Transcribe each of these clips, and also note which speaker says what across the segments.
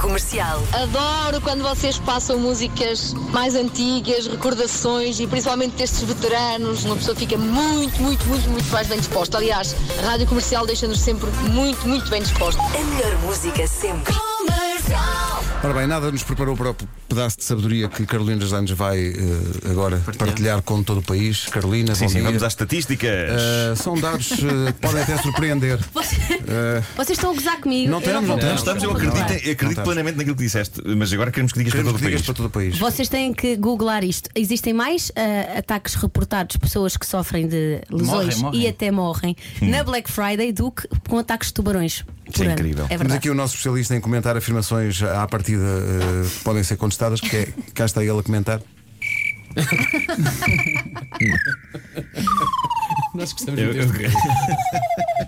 Speaker 1: Comercial.
Speaker 2: Adoro quando vocês passam músicas mais antigas, recordações e principalmente destes veteranos. Uma pessoa fica muito, muito, muito, muito mais bem disposta. Aliás, a Rádio Comercial deixa-nos sempre muito, muito bem disposta.
Speaker 1: A melhor música sempre.
Speaker 3: Ora bem, nada nos preparou para o pedaço de sabedoria que Carolina dos Anjos vai eh, agora partilhar. com todo o país. Carolina,
Speaker 4: Sim,
Speaker 3: bom
Speaker 4: sim,
Speaker 3: dia.
Speaker 4: vamos às estatísticas.
Speaker 3: Eh, são dados eh, que podem até surpreender. Eh,
Speaker 5: Vocês estão a gozar comigo.
Speaker 3: Não
Speaker 5: Eu
Speaker 3: temos, não
Speaker 5: vou-
Speaker 4: Não
Speaker 3: temos.
Speaker 4: estamos, eu acredito,
Speaker 3: Não, não
Speaker 4: eu acredito
Speaker 3: estamos.
Speaker 4: plenamente naquilo que disseste, mas agora queremos que digas para
Speaker 3: queremos
Speaker 4: todo
Speaker 3: que
Speaker 4: o
Speaker 3: digas
Speaker 4: país.
Speaker 3: para todo o país.
Speaker 5: Vocês têm que googlar isto. Existem mais ah, ataques reportados, pessoas que sofrem de lesões
Speaker 6: Morrem, morrem.
Speaker 5: e até morrem na Black Friday do que com ataques de tubarões.
Speaker 4: Isso é
Speaker 5: por ano.
Speaker 4: incrível.
Speaker 5: É
Speaker 3: Temos
Speaker 5: verdade.
Speaker 3: aqui o nosso especialista em comentar afirmações à partida eh, que podem ser contestadas, que é, cá está ele a comentar.
Speaker 6: Nós gostamos
Speaker 4: Eu-
Speaker 6: muito
Speaker 4: eu-
Speaker 6: deste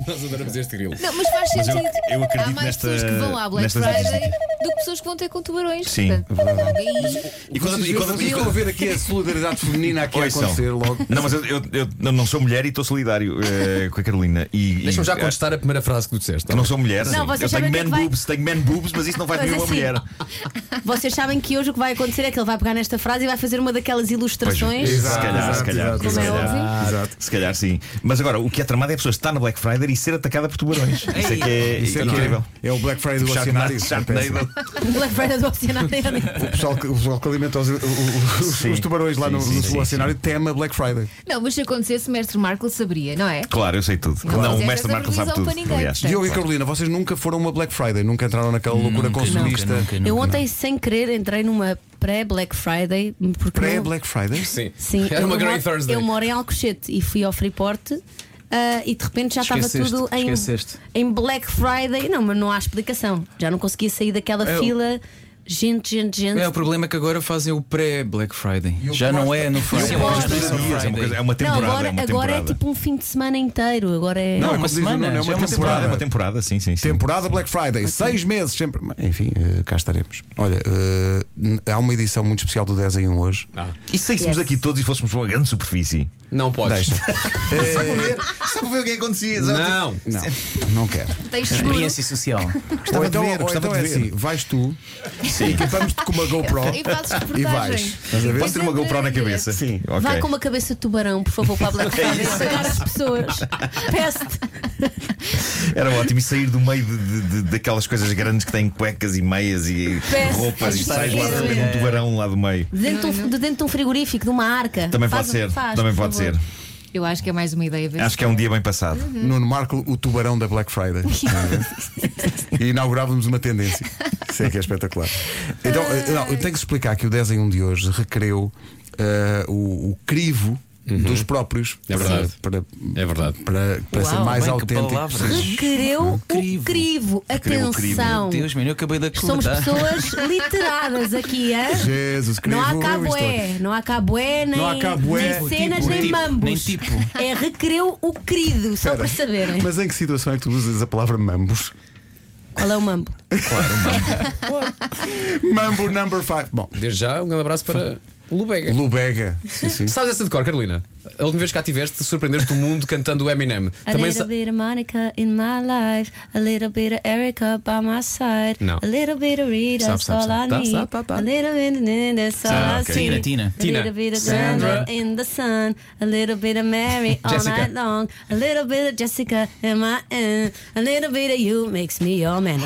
Speaker 6: Nós adoramos este grilo.
Speaker 7: Não, mas faz
Speaker 4: Mas eu-
Speaker 7: sentido.
Speaker 4: eu acredito
Speaker 7: Há mais
Speaker 4: nesta-
Speaker 7: pessoas que vão à Black
Speaker 4: nestas
Speaker 7: Friday
Speaker 4: estatísticas.
Speaker 7: do que pessoas que vão ter com tubarões.
Speaker 4: Sim.
Speaker 7: Portanto,
Speaker 4: E quando- e
Speaker 3: Vocês
Speaker 4: quando-
Speaker 3: vocês
Speaker 4: e
Speaker 3: estão a
Speaker 4: quando-
Speaker 3: ver aqui a solidariedade feminina aqui a
Speaker 4: Oi, são.
Speaker 3: acontecer logo.
Speaker 4: Não, mas eu, eu- eu não- não sou mulher e estou solidário eh, com a Carolina. E, e-
Speaker 6: Deixa-me já contestar a primeira frase que tu disseste.
Speaker 4: Eu não sou mulher.
Speaker 5: Não, vocês
Speaker 4: eu tenho
Speaker 5: sabem o que é
Speaker 4: man
Speaker 5: que vai-
Speaker 4: boobs, tenho man boobs, mas isso não vai
Speaker 5: Mas
Speaker 4: definir uma
Speaker 5: assim,
Speaker 4: mulher.
Speaker 5: Vocês sabem que hoje o que vai acontecer é que ele vai pegar nesta frase e vai fazer uma daquelas ilustrações.
Speaker 4: Pois, se calhar, se calhar,
Speaker 3: exato,
Speaker 4: se
Speaker 5: Como é
Speaker 4: calhar.
Speaker 3: exato. Exato.
Speaker 4: Se calhar sim. Mas agora, o que é tramado é a pessoa estar na Black Friday e ser atacada por tubarões. Isso é que é,
Speaker 3: Isso é,
Speaker 4: incrível.
Speaker 3: é o Black Friday do
Speaker 4: Sharknado,
Speaker 3: Oceanário. é
Speaker 4: Sharknado.
Speaker 5: Black Friday do Oceanário.
Speaker 3: O pessoal que, o pessoal que alimenta os, o- o- os-
Speaker 4: Sim.
Speaker 3: os tubarões lá
Speaker 4: Sim,
Speaker 3: no,
Speaker 4: sim,
Speaker 3: no
Speaker 4: sim,
Speaker 3: Oceanário tema Black Friday.
Speaker 7: Não, mas se acontecesse, mestre Marco saberia, não é?
Speaker 4: Claro, eu sei tudo. Não, o
Speaker 7: fizeste
Speaker 4: mestre
Speaker 7: essa
Speaker 4: Marco sabe
Speaker 7: previsão
Speaker 4: tudo.
Speaker 7: para ninguém,
Speaker 4: aliás.
Speaker 7: portanto.
Speaker 3: Diogo e Carolina, vocês nunca foram a uma Black Friday, nunca entraram naquela loucura consumista.
Speaker 5: Eu ontem, sem querer, entrei numa pré-Black Friday. porque não-
Speaker 3: Pré-Black Friday?
Speaker 6: Sim.
Speaker 5: Sim,
Speaker 6: Era
Speaker 5: eu
Speaker 6: uma
Speaker 5: moro-
Speaker 6: Grey Thursday.
Speaker 5: Eu moro em Alcochete e fui ao Freeport. ah, e de repente já estava
Speaker 6: Esqueceste,
Speaker 5: tudo em,
Speaker 6: esqueceste.
Speaker 5: em Black Friday. Não, mas não há explicação. Já não conseguia sair daquela
Speaker 6: É o-
Speaker 5: fila. Gente, gente, gente.
Speaker 6: É, o problema é que agora fazem o pré-Black Friday.
Speaker 3: E o
Speaker 6: Já não
Speaker 3: pós-
Speaker 6: é no Friday.
Speaker 5: E o pós-
Speaker 6: é só
Speaker 4: É uma, coisa- é uma
Speaker 5: não,
Speaker 4: temporada.
Speaker 5: agora,
Speaker 4: é uma
Speaker 5: agora
Speaker 4: temporada.
Speaker 5: é tipo um fim de semana inteiro. Agora é.
Speaker 3: Não, é
Speaker 6: uma
Speaker 3: como diz o
Speaker 6: semana,
Speaker 3: Nuno, é
Speaker 6: já
Speaker 3: uma
Speaker 6: é uma
Speaker 4: temporada. É uma
Speaker 3: temporada.
Speaker 4: temporada, sim, sim. sim.
Speaker 3: Temporada Black Friday, seis meses sempre. Enfim, eh, cá estaremos. Olha, eh, n- há uma edição muito especial do 10 em 1 hoje.
Speaker 4: E se saíssemos daqui todos e fôssemos para uma grande superfície?
Speaker 6: Não podes.
Speaker 3: Deixa.
Speaker 4: Só para ver o que é que acontecia.
Speaker 6: Não.
Speaker 3: Não, não quero.
Speaker 7: Tens
Speaker 8: Experiência social.
Speaker 3: Ou
Speaker 4: de
Speaker 3: então,
Speaker 4: ver,
Speaker 3: ou
Speaker 4: gostava
Speaker 3: então
Speaker 4: de
Speaker 3: é
Speaker 4: ver.
Speaker 3: assim: vais tu,
Speaker 4: é,
Speaker 3: equipamos-te com uma GoPro
Speaker 7: E fazes
Speaker 3: e
Speaker 7: reportagem.
Speaker 3: vais. Estás a ver?
Speaker 4: Posso ter uma GoPro na cabeça? é. Sim.
Speaker 5: Vai com uma cabeça de tubarão, por favor, para a
Speaker 4: É
Speaker 5: Black Friday. Pegar as pessoas. Peste.
Speaker 4: Era ótimo. E sair do meio de, de- de- daquelas coisas grandes que têm cuecas e meias e
Speaker 5: Peço.
Speaker 4: roupas e sais lá de repente um tubarão lá do meio.
Speaker 5: De dentro, de um- de dentro de um frigorífico, de uma arca.
Speaker 4: Também
Speaker 5: Faz
Speaker 4: pode
Speaker 5: o-
Speaker 4: ser.
Speaker 5: faz,
Speaker 4: Também
Speaker 5: por
Speaker 4: pode
Speaker 5: favor.
Speaker 4: ser.
Speaker 7: Eu acho que é mais uma ideia. ver se-
Speaker 4: Acho que é um dia bem passado.
Speaker 3: Nuno Marco, o tubarão da Black Friday. e inaugurávamos uma tendência. Isso é que é espetacular. Então, eh, não, eu tenho que explicar que o 10 em 1 de hoje requereu eh, o, o crivo
Speaker 4: Uhum.
Speaker 3: dos próprios
Speaker 6: É
Speaker 3: para-
Speaker 6: verdade.
Speaker 3: para,
Speaker 6: É verdade.
Speaker 3: para, para ser
Speaker 8: Uau,
Speaker 3: mais
Speaker 8: bem, que
Speaker 3: autêntico.
Speaker 8: palavras.
Speaker 5: Requereu o
Speaker 8: Crivo.
Speaker 5: crivo.
Speaker 4: Requereu o crivo.
Speaker 5: Atenção.
Speaker 8: Deus, menino, eu acabei de
Speaker 5: Somos
Speaker 8: acordar.
Speaker 5: pessoas literadas aqui, hã?
Speaker 3: Jesus Cristo.
Speaker 5: Não há é.
Speaker 3: eu estou-
Speaker 5: cabué, não há cabué, nem,
Speaker 3: Não há cabué.
Speaker 5: nem cenas, nem
Speaker 8: tipo,
Speaker 5: mambos.
Speaker 8: nem tipo.
Speaker 5: É requereu o querido, só para saberem.
Speaker 3: Mas em que situação é que tu usas a palavra mambos?
Speaker 5: Qual é o mambo?
Speaker 3: Mambo number 5. Bom,
Speaker 6: Desde já, um grande abraço para o Lubega.
Speaker 3: Lubega. Sim, sim.
Speaker 6: Sabes essa de cor, Carolina? A última vez que cá tiveste, surpreendeste o mundo cantando o Eminem.
Speaker 5: A
Speaker 6: Também
Speaker 5: little
Speaker 6: sa-
Speaker 5: bit of Monica in my life, a little bit of Erica by my side,
Speaker 6: Não.
Speaker 5: a little bit of Rita,
Speaker 6: Sabe,
Speaker 5: that's all
Speaker 6: sabe,
Speaker 5: I
Speaker 6: sabe. Tá,
Speaker 5: need,
Speaker 6: sabe, tá, tá.
Speaker 5: a little bit of Nina, that's all
Speaker 8: Ah,
Speaker 5: I
Speaker 8: ok.
Speaker 5: see,
Speaker 8: Tina, Tina.
Speaker 5: a little
Speaker 6: Tina.
Speaker 5: bit of
Speaker 6: Sandra.
Speaker 5: Sandra in the sun, a little bit of Mary all
Speaker 6: Jessica.
Speaker 5: night long, a little bit of Jessica in my end, a little bit of you makes me your man.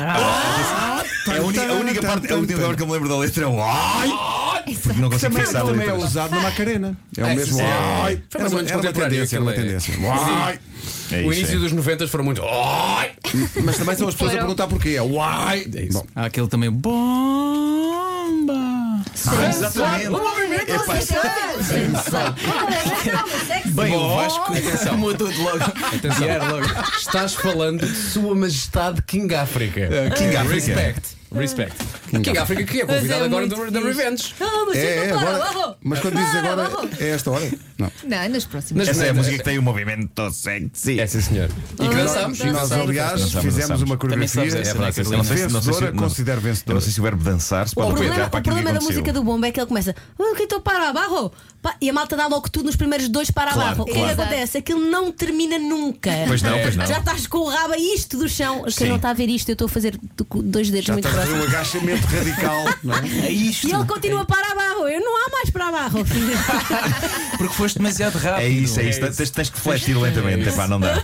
Speaker 4: É a única, a única parte, a única parte que eu me lembro da letra é o ai, porque não consigo
Speaker 3: Também,
Speaker 4: fixar a
Speaker 3: também é
Speaker 4: letra.
Speaker 3: usado na Macarena. É o
Speaker 6: É,
Speaker 3: mesmo.
Speaker 6: sim.
Speaker 3: Ai,
Speaker 6: Foi mais ou menos né?
Speaker 3: era uma
Speaker 6: contemporâneo
Speaker 3: tendência. Era uma
Speaker 6: aquele-
Speaker 3: tendência. Ai.
Speaker 4: É
Speaker 6: o
Speaker 4: isso,
Speaker 6: início
Speaker 4: é.
Speaker 6: dos 90 foram muito. Ai!
Speaker 3: Mas também são as pessoas a
Speaker 7: Foram.
Speaker 3: perguntar porquê. É Uai!
Speaker 6: isso.
Speaker 3: Bom,
Speaker 8: Há aquele também. Bomba!
Speaker 4: Ah, Exatamente. É pá,
Speaker 8: Bem,
Speaker 6: Bom.
Speaker 8: o Vasco
Speaker 6: Atenção.
Speaker 8: mudou de logo.
Speaker 6: Atenção.
Speaker 4: é
Speaker 6: Estás falando de Sua Majestade King África.
Speaker 4: É, King África.
Speaker 6: Respect. Respect. King, África que é convidado agora do, da Revenge.
Speaker 3: é, é,
Speaker 7: então
Speaker 3: agora, mas quando
Speaker 7: Ah,
Speaker 3: dizes agora é esta hora? Não.
Speaker 7: Não, nas
Speaker 6: Mas
Speaker 7: próximas.
Speaker 4: Essa é a
Speaker 6: não,
Speaker 4: música que tem o movimento sexy.
Speaker 6: É, sim, senhor. E que dançamos.
Speaker 3: Nós, nós, aliás,
Speaker 4: Dançamos,
Speaker 3: fizemos
Speaker 4: dançamos.
Speaker 3: uma
Speaker 8: Também
Speaker 3: coreografia
Speaker 8: sabes essa, não é,
Speaker 3: vencedora,
Speaker 8: Carolina? Não sei
Speaker 3: considero
Speaker 4: Eu
Speaker 3: vencedora.
Speaker 4: não sei se o verbo dançar se
Speaker 5: O
Speaker 4: pode
Speaker 5: problema,
Speaker 4: aplicar para
Speaker 5: o
Speaker 4: aquilo que
Speaker 5: problema da
Speaker 4: aconteceu.
Speaker 5: música do Bomba é que ele começa "Ah, que estou para abaixo Pá, e a malta dá logo tudo nos primeiros dois para
Speaker 4: Claro,
Speaker 5: abaixo. O que é
Speaker 4: claro.
Speaker 5: que acontece? Aquilo não termina nunca.
Speaker 4: Pois não, pois não.
Speaker 5: Já estás com o rabo a isto do chão. Quem
Speaker 4: Sim.
Speaker 5: não está a ver isto, eu estou a fazer do- dois dedos
Speaker 3: Já
Speaker 5: muito
Speaker 3: estás a
Speaker 5: próximos.
Speaker 3: fazer um agachamento pensamento radical, não é?
Speaker 8: É isto.
Speaker 5: E ele continua para abaixo. Eu não há mais para abaixo.
Speaker 8: Porque foste demasiado rápido.
Speaker 4: É isso, é isso. Tens, tens que fletir lentamente. Epá, não dá.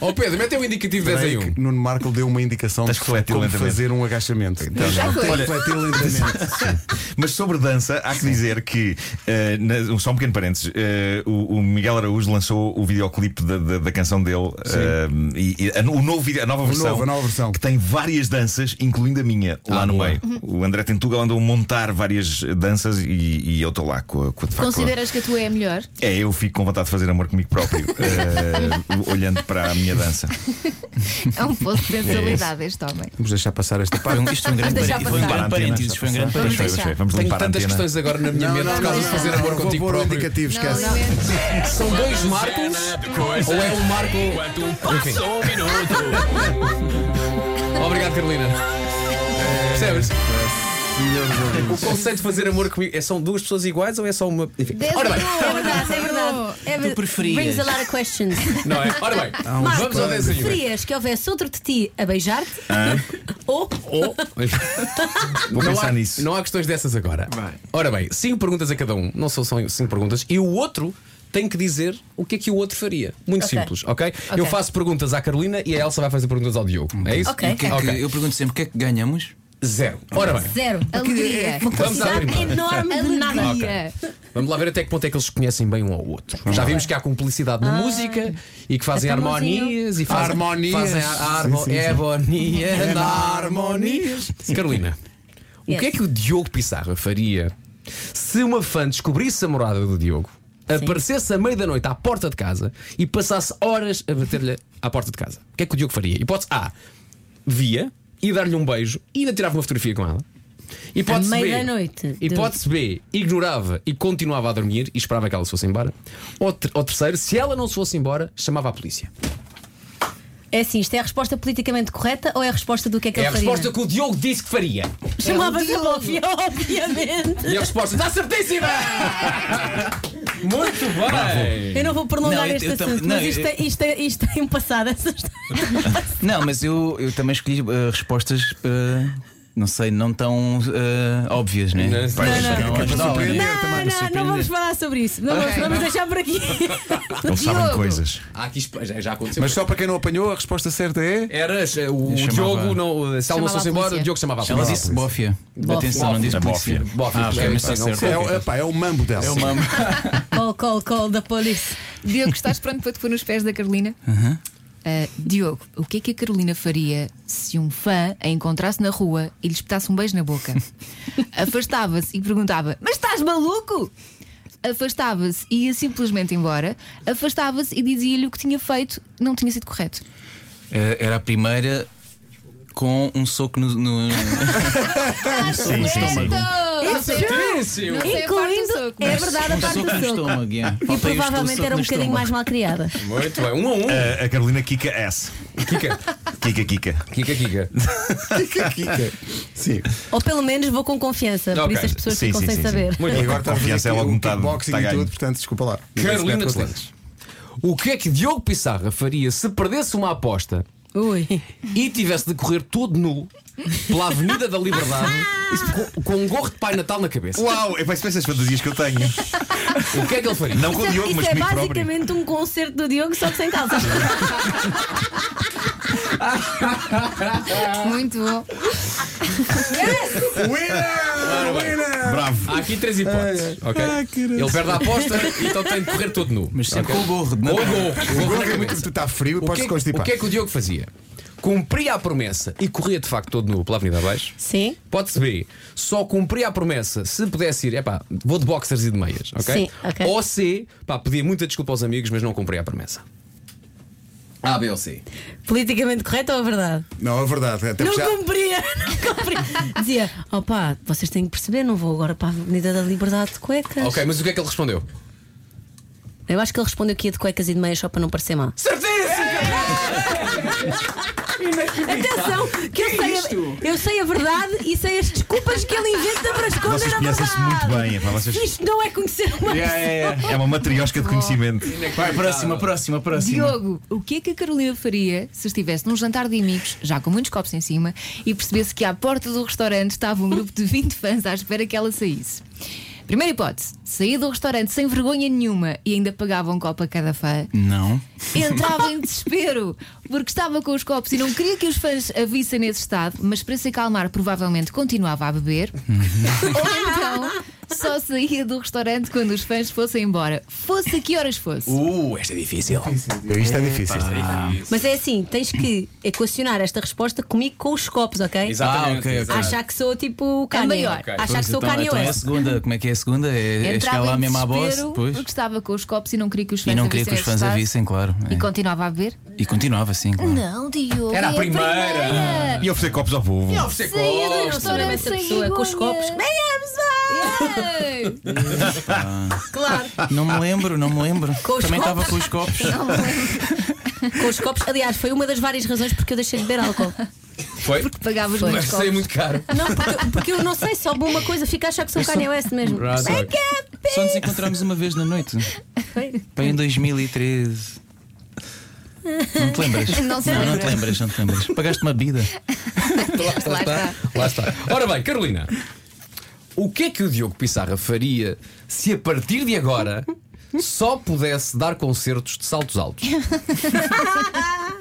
Speaker 6: Ó Oh, Pedro, mete o indicativo 10 em
Speaker 3: Creio
Speaker 6: 1.
Speaker 3: é que Nuno Marco deu uma indicação
Speaker 4: Tens
Speaker 3: de
Speaker 4: que refletir
Speaker 3: como
Speaker 4: lentamente.
Speaker 3: fazer um agachamento.
Speaker 4: Então, já. Olha,
Speaker 3: Refletir lentamente.
Speaker 4: Mas sobre dança, há que dizer que, eh, na- só um pequeno parênteses, eh, o, o Miguel Araújo lançou o videoclipe da, da- da canção dele eh, e, e a, o novo vídeo- a nova versão,
Speaker 3: novo, a nova versão.
Speaker 4: que tem várias danças, incluindo a minha, lá no meio. O André Tentuga andou a montar várias danças e, e eu estou lá com, a- com a de facto, com a-
Speaker 7: Consideras que a tua é a melhor?
Speaker 4: É, eu fico com vontade de fazer amor comigo próprio, eh, olhando para a minha dança.
Speaker 7: É um ponto de sensibilidade este homem.
Speaker 3: Vamos deixar passar esta
Speaker 8: Foi
Speaker 3: parte.
Speaker 8: um, isto foi um grande,
Speaker 7: Vamos
Speaker 8: pare...
Speaker 7: deixar
Speaker 8: foi um
Speaker 7: passar.
Speaker 8: grande parênteses. Foi um grande
Speaker 4: Pois
Speaker 8: parênteses.
Speaker 4: foi, pois foi. Vamos
Speaker 6: Tenho
Speaker 4: limpar a
Speaker 6: tantas
Speaker 4: antena.
Speaker 6: questões agora na minha mente por causa de fazer amor contigo
Speaker 3: Vou pôr o
Speaker 6: próprio.
Speaker 3: indicativo,
Speaker 7: Não,
Speaker 3: esquece.
Speaker 7: não é.
Speaker 6: São dois Marcos? Ou é um Marco? Enfim. Obrigado, Carolina. Percebes? O conceito de fazer amor comigo é são duas pessoas iguais ou é só uma. Enfim.
Speaker 5: Deus
Speaker 6: Ora bem,
Speaker 3: um.
Speaker 5: me doa, é verdade, é verdade. É ver-
Speaker 8: preferias?
Speaker 5: Brings a lot of questions.
Speaker 6: não é? Ora bem, vamos ao
Speaker 5: Marco,
Speaker 6: desenho.
Speaker 5: preferias que houvesse outro de ti a beijar-te? Ou
Speaker 6: Ou-
Speaker 4: Vou
Speaker 6: Oh, não,
Speaker 4: pensar
Speaker 6: há,
Speaker 4: nisso.
Speaker 6: não há questões dessas agora. Ora bem, cinco perguntas a cada um, não são só cinco perguntas, e o outro tem que dizer o que é que o outro faria. Muito
Speaker 5: Ok.
Speaker 6: simples, ok?
Speaker 5: Ok.
Speaker 6: Eu faço perguntas à Carolina e a Elsa vai fazer perguntas ao Diogo. É isso?
Speaker 5: Ok.
Speaker 8: O que é que-
Speaker 6: Ok.
Speaker 8: Eu pergunto sempre o que é que ganhamos?
Speaker 6: Zero. Ora bem,
Speaker 5: zero.
Speaker 7: Alegria.
Speaker 6: vamos à
Speaker 5: Quantidade
Speaker 6: primeira.
Speaker 5: enorme de nada.
Speaker 7: Alegria.
Speaker 6: Vamos lá ver até que ponto é que eles se conhecem bem um ao outro. Já vimos que há cumplicidade na música e que fazem
Speaker 5: Ah. Até
Speaker 6: harmonias e fazem,
Speaker 3: Harmonias.
Speaker 6: fazem a, a harmo- é harmonia da harmonias. Carolina, o
Speaker 5: Yes.
Speaker 6: que é que o Diogo Pissarra faria se uma fã descobrisse a morada do Diogo, aparecesse à meia-da-noite à porta de casa e passasse horas a bater-lhe à porta de casa? O que é que o Diogo faria? Hipótese A: via, ia dar-lhe um beijo e ainda tirava uma fotografia com ela. Hipótese
Speaker 5: À
Speaker 6: B,
Speaker 5: meia-da-noite.
Speaker 6: Hipótese B, ignorava e continuava a dormir e esperava que ela se fosse embora. Ou, ter- ou terceiro, se ela não se fosse embora, chamava a polícia.
Speaker 5: É assim, isto é a resposta politicamente correta ou é a resposta do que é que
Speaker 6: É
Speaker 5: ele
Speaker 6: a
Speaker 5: faria?
Speaker 6: resposta que o Diogo disse que faria.
Speaker 5: Chamava-se Lófia, obviamente.
Speaker 6: E a resposta está certíssima! Muito bem!
Speaker 5: Eu não vou prolongar
Speaker 8: Não, eu-
Speaker 5: este
Speaker 8: eu tam-
Speaker 5: assunto,
Speaker 8: não,
Speaker 5: mas isto,
Speaker 8: eu-
Speaker 5: é- isto, é- isto tem um passado assustador.
Speaker 8: Não, mas eu, eu também escolhi eh, respostas, eh, não sei, não tão eh, óbvias, né?
Speaker 6: Não, é?
Speaker 8: Pois,
Speaker 6: não,
Speaker 8: não, ajudavam,
Speaker 5: Não,
Speaker 8: né?
Speaker 5: não, não vamos falar sobre isso. Não vamos, vamos deixar por aqui.
Speaker 4: Eles sabem
Speaker 7: Diogo.
Speaker 4: coisas.
Speaker 6: Há aqui, esp- já, já aconteceu.
Speaker 3: Mas só para quem não apanhou, a resposta certa é.
Speaker 6: Era eh, o
Speaker 8: Eu chamava-
Speaker 6: Diogo, não, eh, se ela não
Speaker 7: Chamava
Speaker 6: se
Speaker 7: a
Speaker 6: fosse embora,
Speaker 7: polícia.
Speaker 6: o Diogo chamava a
Speaker 8: Ela
Speaker 6: polícia.
Speaker 8: disse bófia. Atenção, não disse
Speaker 4: É
Speaker 8: polícia.
Speaker 4: bófia.
Speaker 6: Bófia,
Speaker 8: Ah, ok,
Speaker 6: é,
Speaker 8: mas
Speaker 6: pá,
Speaker 8: está
Speaker 6: não-
Speaker 8: certo.
Speaker 3: É, o- epá, é o mambo dela.
Speaker 8: É uma.
Speaker 5: Call, call, call da polícia.
Speaker 7: Diogo, estás pronto para te pôr nos pés da Carolina? Ah, Diogo, o que é que a Carolina faria se um fã a encontrasse na rua e lhe espetasse um beijo na boca? Afastava-se e perguntava: Mas estás maluco? Afastava-se e ia simplesmente embora. Afastava-se e dizia-lhe o que tinha feito não tinha sido correto.
Speaker 8: Eh, Era a primeira com um soco no. no-
Speaker 4: Sim, sim, sim.
Speaker 7: Então, É
Speaker 6: Está certíssimo!
Speaker 7: Não sei a parte do
Speaker 5: Incluindo,
Speaker 7: soco,
Speaker 5: é
Speaker 7: mas-
Speaker 5: verdade, a
Speaker 8: um
Speaker 5: parte
Speaker 8: soco no
Speaker 5: do soco.
Speaker 8: estômago. yeah.
Speaker 5: E
Speaker 8: Falta aí o
Speaker 5: provavelmente
Speaker 8: soco
Speaker 5: era um
Speaker 8: no
Speaker 5: bocadinho
Speaker 8: estômago.
Speaker 5: mais mal criada.
Speaker 6: Muito bem, um a um.
Speaker 4: Eh, A, a Carolina Kika S.
Speaker 6: Kika,
Speaker 4: Kika Kika.
Speaker 6: Kika, Kika.
Speaker 3: Sim.
Speaker 5: Ou pelo menos vou com confiança, por
Speaker 6: Ok.
Speaker 5: isso as pessoas
Speaker 4: Sim,
Speaker 5: ficam
Speaker 4: sim,
Speaker 5: sem
Speaker 4: sim,
Speaker 5: saber.
Speaker 3: E agora está a fazer
Speaker 4: Confiança é
Speaker 3: aqui
Speaker 4: logo
Speaker 3: o
Speaker 4: metade,
Speaker 3: kickboxing
Speaker 4: está
Speaker 3: e
Speaker 4: ganho.
Speaker 3: tudo, portanto, desculpa lá.
Speaker 6: Carolina
Speaker 3: Ninguém se mete com
Speaker 6: Esteves. O que é que Diogo Pissarra faria se perdesse uma aposta
Speaker 5: Ui.
Speaker 6: e tivesse de correr todo nu pela Avenida da Liberdade com, com um gorro de Pai Natal na cabeça?
Speaker 4: Uau, é para essas fantasias que eu tenho.
Speaker 6: O que é que ele faria?
Speaker 4: Não com o
Speaker 5: Isso é,
Speaker 4: Diogo,
Speaker 5: isso
Speaker 4: mas
Speaker 5: é
Speaker 4: comigo próprio.
Speaker 5: basicamente um concerto do Diogo, só que sem calça.
Speaker 7: é Muito bom.
Speaker 3: Winner! Winner!
Speaker 4: Bravo.
Speaker 6: Há aqui três hipóteses, ok?
Speaker 3: ai, caralho.
Speaker 6: Ele perde a aposta, então tem de correr todo nu.
Speaker 8: Mas sempre
Speaker 6: ok?
Speaker 8: com o gorro,
Speaker 6: Ou
Speaker 8: não
Speaker 6: o
Speaker 8: é?
Speaker 6: gorro.
Speaker 3: O
Speaker 6: gorro
Speaker 3: gorro
Speaker 6: na
Speaker 3: é muito.
Speaker 6: cabeça.
Speaker 3: tu Está frio e
Speaker 6: O que,
Speaker 3: podes
Speaker 6: é, que- o
Speaker 3: constipar.
Speaker 6: que é que o Diogo fazia? Cumpria a promessa e corria de facto todo nu pela Avenida Abaixo.
Speaker 5: Sim.
Speaker 6: Hipótese B, só cumpria a promessa se pudesse ir, epá, vou de boxers e de meias, ok?
Speaker 5: Sim, ok.
Speaker 6: Ou C, pá, pedia muita desculpa aos amigos, mas não cumpria a promessa. A, B ou C.
Speaker 5: Politicamente correto ou a verdade?
Speaker 3: Não, é verdade. Até
Speaker 5: não
Speaker 3: porque já-
Speaker 5: cumpria, não cumpria. Dizia, opá, vocês têm que perceber, não vou agora para a Avenida da Liberdade de cuecas.
Speaker 6: Ok, mas o que é que ele respondeu?
Speaker 5: Eu acho que ele respondeu que ia de cuecas e de meias só para não parecer má.
Speaker 6: Certeza!
Speaker 5: Atenção, que eu sei, a, eu sei a verdade e sei as desculpas que ele inventa para esconder
Speaker 4: Vocês
Speaker 5: a
Speaker 4: conhecem-se
Speaker 5: verdade.
Speaker 4: muito bem, é pá, vocês-
Speaker 5: Isto não é conhecer uma
Speaker 8: Yeah, yeah, yeah.
Speaker 4: É uma matriosca de conhecimento.
Speaker 8: Vai, próxima, próxima, próxima.
Speaker 7: Diogo, o que é que a Carolina faria se estivesse num jantar de amigos, já com muitos copos em cima, e percebesse que à porta do restaurante estava um grupo de 20 fãs à espera que ela saísse? Primeira hipótese, sair do restaurante sem vergonha nenhuma e ainda pagava um copo a cada fã.
Speaker 8: Não.
Speaker 7: Entrava em desespero porque estava com os copos e não queria que os fãs a vissem nesse estado, mas para se acalmar, provavelmente continuava a beber. Ou então só saía do restaurante quando os fãs fossem embora, fosse a que horas fosse.
Speaker 8: Uh, esta é difícil.
Speaker 5: Ah,
Speaker 3: Isto é difícil.
Speaker 5: Mas é assim, tens que equacionar esta resposta comigo com os copos, ok?
Speaker 8: Exatamente, Ah, ok, ok.
Speaker 5: Achar que sou tipo o Kanye.
Speaker 7: maior. Ok.
Speaker 5: Achar que sou o
Speaker 8: então,
Speaker 5: Kanye
Speaker 8: então é a
Speaker 5: West.
Speaker 8: segunda. Como é que é a segunda? É, é chegar
Speaker 7: Entrava
Speaker 8: lá
Speaker 7: em
Speaker 8: mesmo à boss.
Speaker 7: desespero
Speaker 8: Pois.
Speaker 7: porque estava com os copos e não queria que os fãs
Speaker 8: E não queria que os
Speaker 7: avissem
Speaker 8: fãs
Speaker 7: esse
Speaker 8: a
Speaker 7: estado.
Speaker 8: vissem, claro.
Speaker 7: E
Speaker 8: É.
Speaker 7: continuava a beber?
Speaker 8: E continuava assim, claro.
Speaker 7: Não, Diogo.
Speaker 6: Era a é a primeira. primeira.
Speaker 4: E oferecer copos ao povo.
Speaker 7: Saía do restaurante
Speaker 5: Seguramente a
Speaker 7: sem
Speaker 5: pessoa é com os copos.
Speaker 7: vergonha. Yeah.
Speaker 5: Claro,
Speaker 8: Não me lembro, não me lembro.
Speaker 5: Com os
Speaker 8: Também
Speaker 5: copos.
Speaker 8: estava com os copos.
Speaker 5: com os copos. Aliás, foi uma das várias razões porque eu deixei de beber álcool.
Speaker 6: Foi?
Speaker 7: Porque pagava os
Speaker 6: Mas
Speaker 7: meus
Speaker 6: saiu
Speaker 7: copos.
Speaker 6: muito caro.
Speaker 5: Não, porque, porque eu não sei, só uma coisa, fica a achar que sou o Kanye West mesmo.
Speaker 6: Right.
Speaker 5: Make up!
Speaker 8: Só nos encontramos uma vez na noite.
Speaker 5: Foi?
Speaker 8: Foi em 2013. Não te lembras?
Speaker 7: Não se
Speaker 8: não,
Speaker 7: lembra.
Speaker 8: não te lembras, não te lembras. Pagaste uma bebida.
Speaker 7: Lá está.
Speaker 6: Lá está. Ora bem, Carolina, o que é que o Diogo Pissarra faria se a partir de agora só pudesse dar concertos de saltos altos?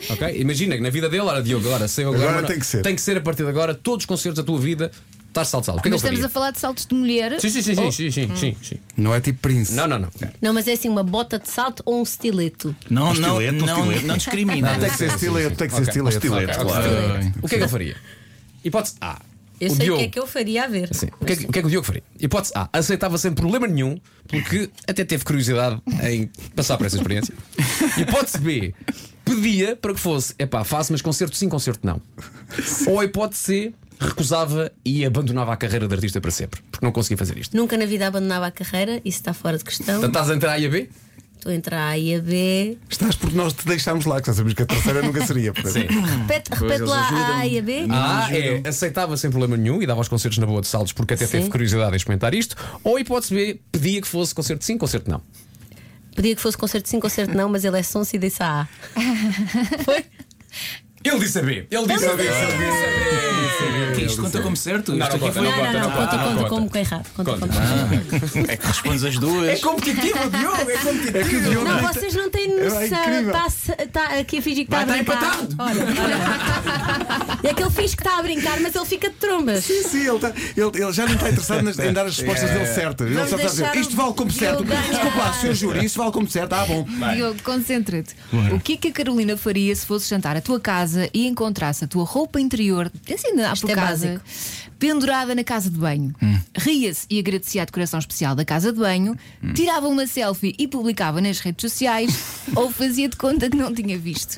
Speaker 6: ok? Imagina que na vida dele, ora Diogo, agora sei agora.
Speaker 3: Agora
Speaker 6: mas
Speaker 3: tem que ser.
Speaker 6: Tem que ser a partir de agora, todos os concertos da tua vida, estar de saltos altos. O que é
Speaker 7: Mas
Speaker 6: que ele
Speaker 7: estamos
Speaker 6: faria?
Speaker 7: a falar de saltos de mulher.
Speaker 6: Sim, sim, sim, sim, sim,
Speaker 5: Oh.
Speaker 6: sim, sim, sim.
Speaker 3: Não é tipo Prince.
Speaker 6: Não, não, não.
Speaker 5: Não, mas é assim, uma bota de salto ou um estileto?
Speaker 8: Não,
Speaker 4: Um
Speaker 8: não,
Speaker 4: estilete, um
Speaker 8: não,
Speaker 4: estilete.
Speaker 8: não discrimina.
Speaker 3: Tem que ser estileto, tem que ser estileto.
Speaker 4: Estilete,
Speaker 6: Ok,
Speaker 4: claro.
Speaker 8: Estileto.
Speaker 6: O que é que ele faria? Hipótese A.
Speaker 5: Eu
Speaker 6: o
Speaker 5: sei o
Speaker 6: Diogo
Speaker 5: que é que eu faria a ver.
Speaker 6: Sim. O que, é que, o que é que o Diogo faria? Hipótese A. Aceitava sem problema nenhum, porque até teve curiosidade em passar por essa experiência. Hipótese B. Pedia para que fosse, epá, faço, mas concerto sim, concerto não. Ou a hipótese C. Recusava e abandonava a carreira de artista para sempre, porque não conseguia fazer isto.
Speaker 5: Nunca na vida abandonava a carreira, isso está fora de questão.
Speaker 6: Portanto, estás a entrar A e a B?
Speaker 5: Estou entre a A e a B.
Speaker 3: Estás porque nós te deixámos lá, que já sabemos que a terceira nunca seria. portanto.
Speaker 5: Repete,
Speaker 6: Hum.
Speaker 5: repete
Speaker 8: eles
Speaker 5: lá a A
Speaker 8: ajudam-me.
Speaker 5: e a B.
Speaker 6: A é aceitava sem problema nenhum e dava os concertos na boa de saldos porque até
Speaker 5: Sim.
Speaker 6: teve curiosidade em experimentar isto. Ou a hipótese B, pedia que fosse concerto sim, concerto não.
Speaker 5: Podia que fosse concerto sim, concerto não, mas ele é sonso e disse a A.
Speaker 6: Ele disse a B. Ele disse a B.
Speaker 8: Que isto conta como certo?
Speaker 6: Não,
Speaker 8: isto
Speaker 6: não
Speaker 8: aqui
Speaker 6: conta,
Speaker 8: foi-
Speaker 5: Não, não, não,
Speaker 6: não,
Speaker 5: conta,
Speaker 6: não
Speaker 5: conta,
Speaker 6: um conta.
Speaker 5: como que é errado. Conta,
Speaker 6: Conta.
Speaker 5: conta.
Speaker 8: É que respondes as duas.
Speaker 6: competitivo, Diogo, é competitivo.
Speaker 5: Não, vocês não têm
Speaker 3: Era
Speaker 5: noção.
Speaker 3: incrível.
Speaker 5: Está tá aqui a fingir que está a
Speaker 6: Vai,
Speaker 5: brincar.
Speaker 6: tá
Speaker 5: Olha, olha. E é que ele finge que está a brincar, mas ele fica de trombas.
Speaker 3: Sim, sim, ele, tá- ele- ele já não está interessado nas- em dar as respostas dele certas. Ele
Speaker 5: Vamos
Speaker 3: só está a dizer
Speaker 5: deixar o
Speaker 3: isto vale como certo.
Speaker 5: Diogo ganhar.
Speaker 3: Desculpa lá, senhor júri, isto vale como certo. Ah, bom.
Speaker 7: Diogo, concentra-te. O que é que a Carolina faria se fosse jantar à tua casa e encontrasse a tua roupa interior, assim, à
Speaker 5: Isto
Speaker 7: por
Speaker 5: é
Speaker 7: casa, pendurada na casa de banho?
Speaker 8: Hum.
Speaker 7: Ria-se e agradecia a decoração especial da casa de banho,
Speaker 8: Hum.
Speaker 7: tirava uma selfie e publicava nas redes sociais ou fazia de conta que não tinha visto.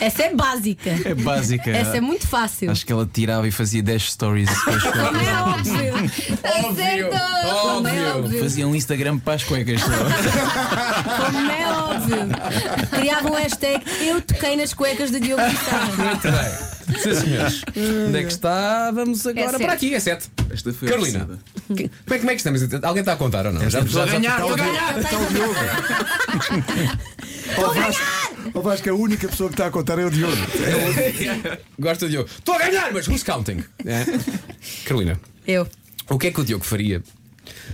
Speaker 5: Essa é básica.
Speaker 8: É básica.
Speaker 5: Essa é muito fácil.
Speaker 8: Acho que ela tirava e fazia 10 stories. Depois
Speaker 5: Como é óbvio.
Speaker 6: Óbvio,
Speaker 7: Como é
Speaker 6: óbvio.
Speaker 7: óbvio.
Speaker 8: fazia um Instagram para as cuecas.
Speaker 5: Como é óbvio. Criava um hashtag Eu toquei nas cuecas de Diogo Pissarra.
Speaker 6: Muito bem. Sim, senhores. Onde é que está? Vamos agora
Speaker 7: sete.
Speaker 6: para aqui, é 7.
Speaker 8: Esta foi
Speaker 6: Carolina, que- como é, como é que estamos? Alguém está É, a contar ou não? Já, já, já,
Speaker 3: Está o Diogo. Está
Speaker 6: Então,
Speaker 3: o Diogo. Ó Vasco, ó Vasco, a única pessoa que está a contar é o Diogo.
Speaker 6: gosto do Diogo. Estou a ganhar, mas who's counting? É. Carolina,
Speaker 5: Eu.
Speaker 6: o que é que o Diogo faria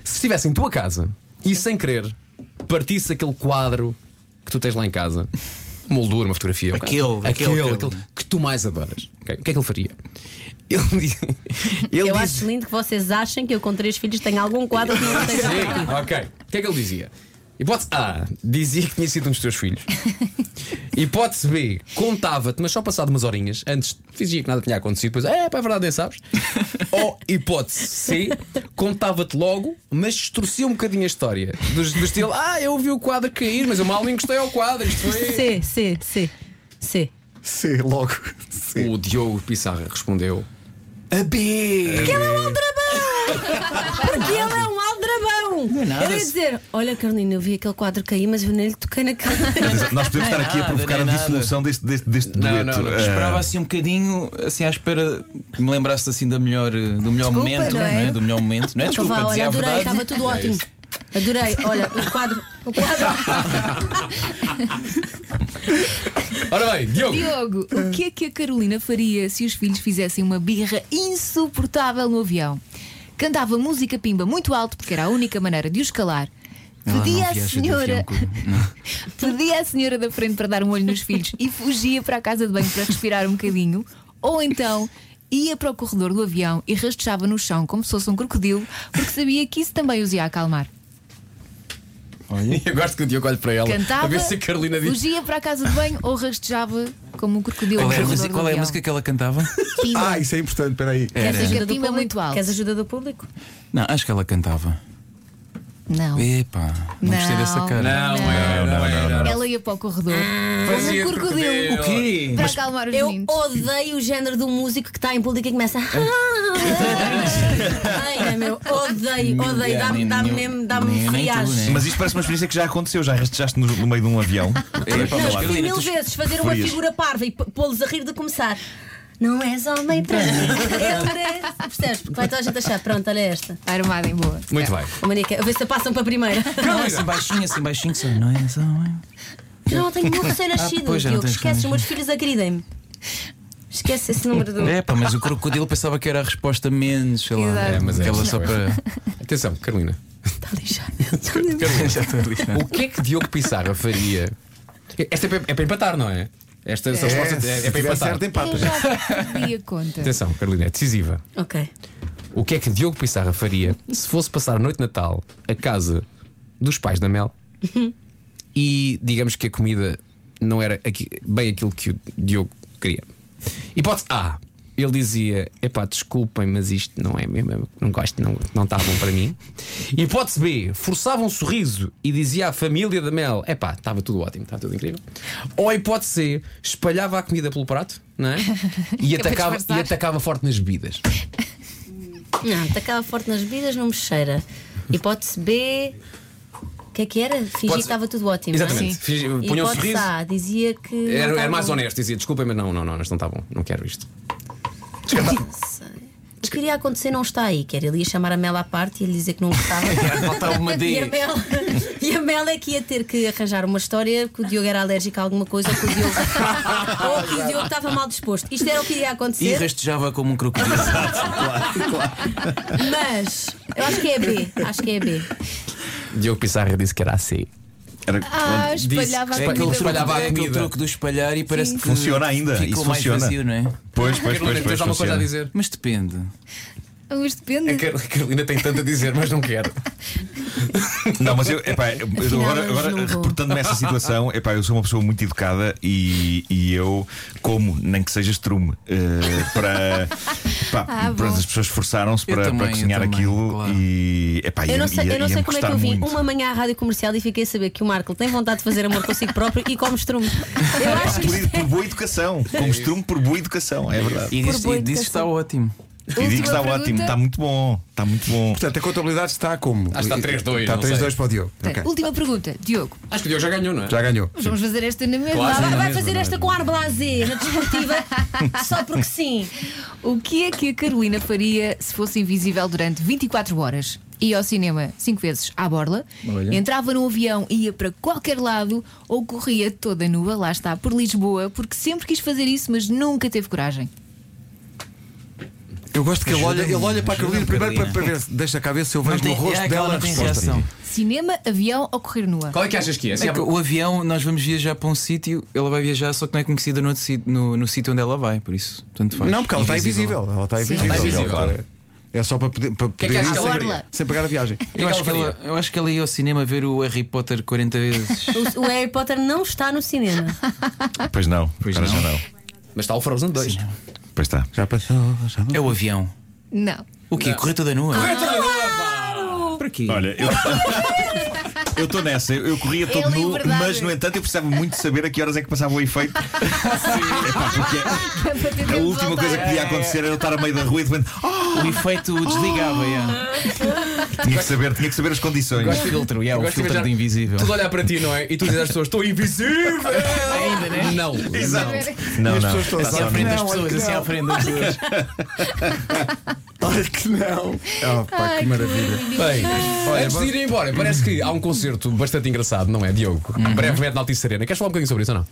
Speaker 6: se estivesse em tua casa e sem querer partisse aquele quadro que tu tens lá em casa? Uma moldura, uma fotografia.
Speaker 8: Aquele,
Speaker 6: ok?
Speaker 8: aquele,
Speaker 6: aquele,
Speaker 8: aquele.
Speaker 6: aquele que tu mais adoras. ok? O que é que ele faria? Ele, diz- ele
Speaker 5: Eu
Speaker 6: diz-
Speaker 5: acho lindo que vocês achem que eu com três filhos tenho algum quadro que não esteja aqui.
Speaker 6: Sim, ok. O que é que ele dizia? Hipótese A, dizia que tinha sido um dos teus filhos. Hipótese B, contava-te, mas só passado umas horinhas, antes fingia que nada tinha acontecido, depois, é, pá, é verdade, nem sabes. Ou hipótese C, contava-te logo, mas distorcia um bocadinho a história. Do, do estilo, ah, eu vi o quadro cair, mas eu mal encostei ao quadro, isto foi.
Speaker 5: C, C, C. C.
Speaker 3: Sim, logo. Sim.
Speaker 6: O Diogo Pissarra respondeu.
Speaker 3: É,
Speaker 5: Porque ele é um aldrabão! não!
Speaker 8: Não é nada.
Speaker 5: Eu ia dizer: Olha, Carolina, eu vi aquele quadro cair, mas eu nem lhe toquei na
Speaker 8: é
Speaker 5: cara.
Speaker 4: Atenção, Nós podemos estar aqui a
Speaker 8: nada,
Speaker 4: provocar a
Speaker 8: nem nada.
Speaker 4: dissolução deste, deste, deste
Speaker 6: Não,
Speaker 4: dueto.
Speaker 6: não, não.
Speaker 4: Eh,
Speaker 8: Esperava assim um bocadinho, assim à espera que me lembrasse assim da melhor, eh, do melhor
Speaker 5: Desculpa,
Speaker 8: momento,
Speaker 5: não é?
Speaker 8: Do melhor momento, não é?
Speaker 5: Então
Speaker 8: Desculpa,
Speaker 5: vá, olha,
Speaker 8: dizia a
Speaker 5: adorei,
Speaker 8: verdade. É
Speaker 5: estava tudo ótimo. Adorei, olha, o quadro. O quadro.
Speaker 6: Ora bem, Diogo.
Speaker 7: Diogo, o que é que a Carolina faria se os filhos fizessem uma birra insuportável no avião? Cantava música pimba muito alto, porque era a única maneira de os calar.
Speaker 8: Ela não
Speaker 7: Pedia à
Speaker 8: viaja de avião
Speaker 7: senhora.
Speaker 8: com-
Speaker 7: Pedia à senhora da frente para dar um olho nos filhos e fugia para a casa de banho para respirar um bocadinho, ou então ia para o corredor do avião e rastejava no chão como se fosse um crocodilo, porque sabia que isso também os ia acalmar.
Speaker 8: Olha,
Speaker 6: Eu gosto que o Diogo olhe para ela.
Speaker 7: Cantava,
Speaker 6: a ver se a Carolina diz.
Speaker 7: fugia para a casa de banho ou rastejava como um crocodilo.
Speaker 8: qual
Speaker 7: no
Speaker 8: é a
Speaker 7: corredor
Speaker 8: música-
Speaker 7: do
Speaker 8: qual é a
Speaker 7: avião.
Speaker 8: música que ela cantava?
Speaker 7: Pimba.
Speaker 3: Ah, isso é importante, espera aí.
Speaker 5: Queres
Speaker 8: Era.
Speaker 5: ajuda do público?
Speaker 7: Pimba é muito alto.
Speaker 5: Queres ajuda do público?
Speaker 8: Não, acho que ela cantava.
Speaker 7: Não.
Speaker 8: Epá, não, gostei
Speaker 7: Não.
Speaker 8: dessa cara.
Speaker 6: Não,
Speaker 7: Não,
Speaker 6: é, não, é, não. Ah,
Speaker 7: Ela ia para o corredor como
Speaker 6: Fazia
Speaker 7: um crocodilo
Speaker 6: crocodilo.
Speaker 8: O quê?
Speaker 7: para acalmar os
Speaker 5: Eu
Speaker 7: meninos.
Speaker 5: odeio o género do músico que está em público e
Speaker 8: É.
Speaker 5: começa. "Ah, Ai, meu, odeio, odeio, dá-me dá
Speaker 8: Nem-
Speaker 5: mesmo,
Speaker 8: nem-
Speaker 5: dá-me
Speaker 8: nem tu,
Speaker 5: friagem.
Speaker 8: né?
Speaker 4: Mas isto parece uma experiência que já aconteceu, já rastejaste no, no meio de um avião.
Speaker 8: É, pá,
Speaker 5: Não,
Speaker 8: mas
Speaker 5: eu
Speaker 8: Carolina,
Speaker 5: prefiro mil
Speaker 8: tu-
Speaker 5: vezes fazer uma
Speaker 4: preferias?
Speaker 5: figura parva e p- pô-los a rir de começar. Não és homem para mim. Eu mereço. Percebes? Porque vai toda a gente achar. Pronto, olha esta.
Speaker 7: Armada em boa. Tá.
Speaker 6: Muito bem.
Speaker 5: A Manica, a ver se a passam para a primeira.
Speaker 8: Não, assim baixinho, assim baixinho, só não é só.
Speaker 5: Não, tenho meu recém-nascido,
Speaker 8: Ah, pois, já não
Speaker 5: Diogo.
Speaker 8: tens
Speaker 5: Esquece, os
Speaker 8: família.
Speaker 5: meus filhos agridem-me. Esquece esse número do.
Speaker 8: É pá, mas o crocodilo pensava que era a resposta menos, sei lá.
Speaker 7: Exato. É,
Speaker 6: mas é
Speaker 8: Aquela
Speaker 6: isso,
Speaker 8: só
Speaker 6: é
Speaker 8: para.
Speaker 6: Atenção, Carolina.
Speaker 5: Está Tá lixado.
Speaker 8: Já estou ali.
Speaker 6: O que é que Diogo Pissarra faria? Esta é para, é para empatar, não é? Esta essa resposta é, é para empatar.
Speaker 3: certo,
Speaker 7: Eu
Speaker 3: empata.
Speaker 7: já perdi a conta.
Speaker 6: Atenção, Carolina, é decisiva.
Speaker 5: Ok.
Speaker 6: O que é que Diogo Pissarra faria se fosse passar a noite de Natal a casa dos pais da Mel e digamos que a comida não era aqui- bem aquilo que o Diogo queria? Hipótese A. Ele dizia: Epá, desculpem, mas isto não é mesmo, eu não gosto, não está não tá bom para mim. Hipótese B. Forçava um sorriso e dizia à família da Mel: Epá, estava tudo ótimo, estava tudo incrível. Ou hipótese C. Espalhava a comida pelo prato não é? e,
Speaker 7: para
Speaker 6: atacava, e
Speaker 7: disfarçar.
Speaker 6: atacava forte nas bebidas.
Speaker 5: Não, tacava forte nas bebidas, não me cheira. Hipótese B. O que é que era? Fingi que
Speaker 6: Hipótese-
Speaker 5: estava tudo ótimo.
Speaker 6: Exatamente.
Speaker 5: não é?
Speaker 6: Fingi-
Speaker 5: E
Speaker 6: punha um
Speaker 5: hipótese
Speaker 6: sorriso.
Speaker 5: A, dizia que. não
Speaker 8: tá
Speaker 6: Era,
Speaker 5: estava
Speaker 6: era mais
Speaker 5: bom.
Speaker 6: honesto, dizia desculpem, mas não, não, não, isto não está bom, não quero isto.
Speaker 5: O que iria acontecer não está aí, quer ele ia chamar a Mel à parte e lhe dizer que não gostava.
Speaker 8: Faltava uma
Speaker 5: E a,
Speaker 8: D.
Speaker 5: Mel, e a Mel é que ia ter que arranjar uma história que o Diogo era alérgico a alguma coisa ou que o Diogo, ou que o Diogo estava mal disposto. Isto era o que iria
Speaker 8: E
Speaker 5: acontecer,
Speaker 8: rastejava como um crocodilo.
Speaker 5: mas eu acho que é B. Acho que é B.
Speaker 6: Diogo Pissarra disse que era assim.
Speaker 4: Era-
Speaker 7: Ah, espalhava
Speaker 6: Disse que
Speaker 7: a
Speaker 6: aquele
Speaker 7: comida.
Speaker 6: espalhava a
Speaker 8: é aquele
Speaker 6: comida.
Speaker 8: truque do espalhar e parece que.
Speaker 4: Funciona ainda,
Speaker 8: Ficou
Speaker 4: isso
Speaker 8: mais
Speaker 4: funciona.
Speaker 8: vazio, não é?
Speaker 4: Pois, pois, pois,
Speaker 6: Carolina,
Speaker 4: pois,
Speaker 6: tens alguma coisa a
Speaker 4: funciona.
Speaker 6: dizer?
Speaker 8: Mas depende.
Speaker 7: Mas
Speaker 6: A
Speaker 7: depende.
Speaker 6: Car- Carolina tem tanto a dizer, mas não quero.
Speaker 4: Não, mas eu, epá, eu- eu agora,
Speaker 5: não
Speaker 4: agora
Speaker 5: julgo.
Speaker 4: reportando-me a essa situação, epá, eu sou uma pessoa muito educada e, e eu como, nem que seja estrume, eh, para, pá, pronto, as pessoas esforçaram-se
Speaker 8: Eu
Speaker 4: para,
Speaker 8: também,
Speaker 4: para
Speaker 8: eu
Speaker 4: cozinhar
Speaker 8: também,
Speaker 4: aquilo
Speaker 8: claro.
Speaker 4: e epá,
Speaker 5: Eu
Speaker 4: ia-
Speaker 5: não sei,
Speaker 4: ia-
Speaker 5: eu não sei
Speaker 4: ia-me
Speaker 5: como é que eu
Speaker 4: custar
Speaker 5: vim
Speaker 4: muito.
Speaker 5: uma manhã à rádio comercial e fiquei a saber que o Marco tem vontade de fazer amor consigo próprio e come estrume. Eu acho que
Speaker 4: Por,
Speaker 5: isto
Speaker 4: por boa educação, como estrume por boa educação, é verdade.
Speaker 8: E disse
Speaker 7: boa
Speaker 8: e disse que está ótimo.
Speaker 4: E digo que está
Speaker 7: Última
Speaker 4: ótimo,
Speaker 7: pergunta.
Speaker 4: está muito bom, está muito bom.
Speaker 3: Portanto, a contabilidade está como? É,
Speaker 6: Acho que está 3-2,
Speaker 3: Está
Speaker 6: não
Speaker 3: 3-2 para o Diogo.
Speaker 7: Portanto,
Speaker 3: Ok.
Speaker 7: Tá, Última pergunta, Diogo.
Speaker 6: Acho que o Diogo já ganhou, não é?
Speaker 3: Já ganhou.
Speaker 7: Mas Vamos fazer esta na mesma.
Speaker 6: Claro.
Speaker 5: Vai, vai
Speaker 8: mesmo,
Speaker 5: fazer
Speaker 8: não é?
Speaker 5: esta com ar blasé na desportiva só porque sim.
Speaker 7: O que é que a Carolina faria se fosse invisível durante 24 horas? Ia ao cinema 5 vezes à borla,
Speaker 8: Olha.
Speaker 7: entrava num avião, ia para qualquer lado ou corria toda nua, lá está, por Lisboa, porque sempre quis fazer isso, mas nunca teve coragem.
Speaker 3: Eu gosto que ele olha, ele olha para a Carolina
Speaker 8: Ajuda-me,
Speaker 3: primeiro para, para
Speaker 8: Carolina.
Speaker 3: ver se deixa cá ver se eu
Speaker 8: Não
Speaker 3: vejo
Speaker 8: tem-
Speaker 3: no rosto
Speaker 8: é, aquela
Speaker 3: dela a
Speaker 8: não tem
Speaker 3: resposta.
Speaker 8: reação.
Speaker 7: Cinema, avião ou correr nua?
Speaker 6: Qual é que achas que é? Se
Speaker 8: É que
Speaker 6: há-
Speaker 8: o avião, nós vamos viajar para um sítio, ela vai viajar, só que não é conhecida no, outro sítio- no, no sítio onde ela vai, por isso. Tanto faz.
Speaker 3: Não, porque ela está invisível. Ela está invisível.
Speaker 6: Está invisível, claro.
Speaker 3: É só para poder, para
Speaker 6: que é que
Speaker 3: poder
Speaker 6: achas
Speaker 3: ir
Speaker 6: que ela
Speaker 3: sem-
Speaker 7: faria?
Speaker 3: sem pagar a viagem.
Speaker 8: Eu acho, que ela, eu acho que ela ia ao cinema ver o Harry Potter 40 vezes.
Speaker 5: O, o Harry Potter não está no cinema.
Speaker 4: Pois não,
Speaker 8: Pois
Speaker 4: agora
Speaker 8: não.
Speaker 4: já não.
Speaker 6: Mas está o Frozen 2.
Speaker 4: Pois está.
Speaker 3: Já passou, já não.
Speaker 8: É o avião.
Speaker 7: Não.
Speaker 8: O quê? Correr toda nua?
Speaker 6: Claro!
Speaker 8: Por aqui.
Speaker 4: Olha, eu, eu estou nessa. Eu, eu corria todo
Speaker 7: É
Speaker 4: nu,
Speaker 7: liberdade.
Speaker 4: mas no entanto eu precisava muito de saber a que horas é que passava o efeito. Epá, porque a última coisa que podia acontecer era eu estar a meio da rua e de repente. "Oh,
Speaker 8: O efeito desligava, é. yeah.
Speaker 4: tinha que saber, tinha que saber as condições.
Speaker 8: O filtro, yeah, o
Speaker 6: Gosto é um de
Speaker 8: filtro
Speaker 6: imaginar
Speaker 8: de invisível.
Speaker 6: Tudo olhar para ti, não é? E tu dizes às pessoas: estou invisível! Ainda, né? Não.
Speaker 4: Exato.
Speaker 3: E
Speaker 4: Não,
Speaker 3: as
Speaker 4: não.
Speaker 3: pessoas estão
Speaker 8: Assim
Speaker 3: só,
Speaker 8: à frente das
Speaker 3: "Não, olha
Speaker 8: pessoas,
Speaker 3: que
Speaker 8: assim
Speaker 3: não,
Speaker 8: à frente das pessoas.
Speaker 3: Olha que não. Oh, pá, que maravilha.
Speaker 6: Bem, antes de ir embora, parece que há um concerto bastante engraçado, não é, Diogo?
Speaker 8: Uhum.
Speaker 6: Brevemente na Altice Arena. Queres falar um bocadinho sobre isso ou não?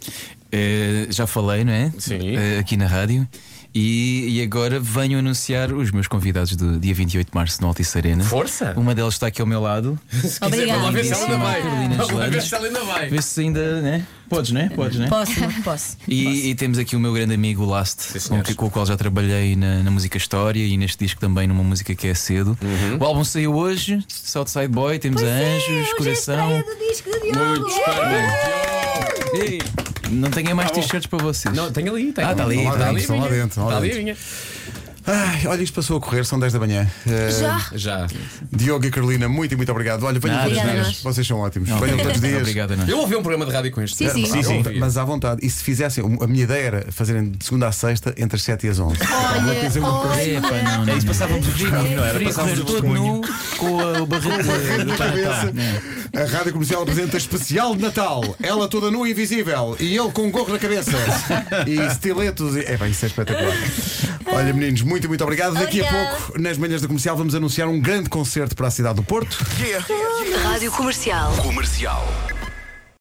Speaker 8: Eh, já falei, não é?
Speaker 6: Sim.
Speaker 8: Eh, aqui na rádio. E, e agora venho anunciar os meus convidados do dia 28 de março no Altice Arena.
Speaker 6: Força!
Speaker 8: Uma delas está aqui ao meu lado.
Speaker 5: Obrigada.
Speaker 6: Vamos ver se ela ainda vai.
Speaker 8: Carolina
Speaker 6: Vamos ver
Speaker 8: Joanes.
Speaker 6: se ela ainda vai.
Speaker 8: Vê se ainda, né? Podes, né? Podes, né?
Speaker 5: Posso, posso.
Speaker 8: E, e temos aqui o meu grande amigo Last, com,
Speaker 6: senhores.
Speaker 8: que- com o qual já trabalhei na, na música História e neste disco também numa música que é cedo.
Speaker 6: Uhum.
Speaker 8: O álbum saiu hoje, Southside Boy, temos a Anjos, Coração.
Speaker 5: do disco do Diogo.
Speaker 8: Ei, não tenho mais t-shirts para vocês.
Speaker 6: Tá Não, tem ali, tem
Speaker 8: Ah, tá ali,
Speaker 3: Lá
Speaker 8: tá
Speaker 3: dentro,
Speaker 8: ali.
Speaker 3: estão lá
Speaker 6: minha.
Speaker 3: dentro, estão lá
Speaker 6: Tá ali,
Speaker 3: dentro.
Speaker 6: minha.
Speaker 3: Ai, olha, isto passou a correr, são 10 da manhã. Eh,
Speaker 6: Já.
Speaker 3: Diogo e Carolina, muito e muito obrigado. Olha, venham
Speaker 8: Nada,
Speaker 3: todos os
Speaker 5: obrigada a
Speaker 3: dias. Vocês são ótimos. venham todos os dias.
Speaker 8: Obrigado, Ana.
Speaker 6: Eu ouvi um programa de rádio com este.
Speaker 7: Sim, sim.
Speaker 3: À
Speaker 4: Sim,
Speaker 3: vontade,
Speaker 6: sim.
Speaker 3: Mas à vontade. E se fizessem, a minha ideia era fazerem de segunda à sexta entre as 7 e as 11.
Speaker 8: É, pá, não, não.
Speaker 4: É isso, passávamos o testemunho, não era?
Speaker 8: Preferia
Speaker 4: Passávamos
Speaker 8: correr
Speaker 4: o
Speaker 8: todo
Speaker 4: testemunho.
Speaker 8: nu com a barriga
Speaker 3: Na
Speaker 8: de
Speaker 3: cabeça. Tá A Rádio Comercial apresenta especial de Natal. Ela toda nua e invisível. E ele com um gorro na cabeça. E estiletos. e- É bem, isso é espetacular. Olha, meninos, muito, muito obrigado. Daqui a
Speaker 5: Obrigada.
Speaker 3: pouco, nas manhãs da comercial, vamos anunciar um grande concerto para a cidade do Porto.
Speaker 1: Rádio Comercial.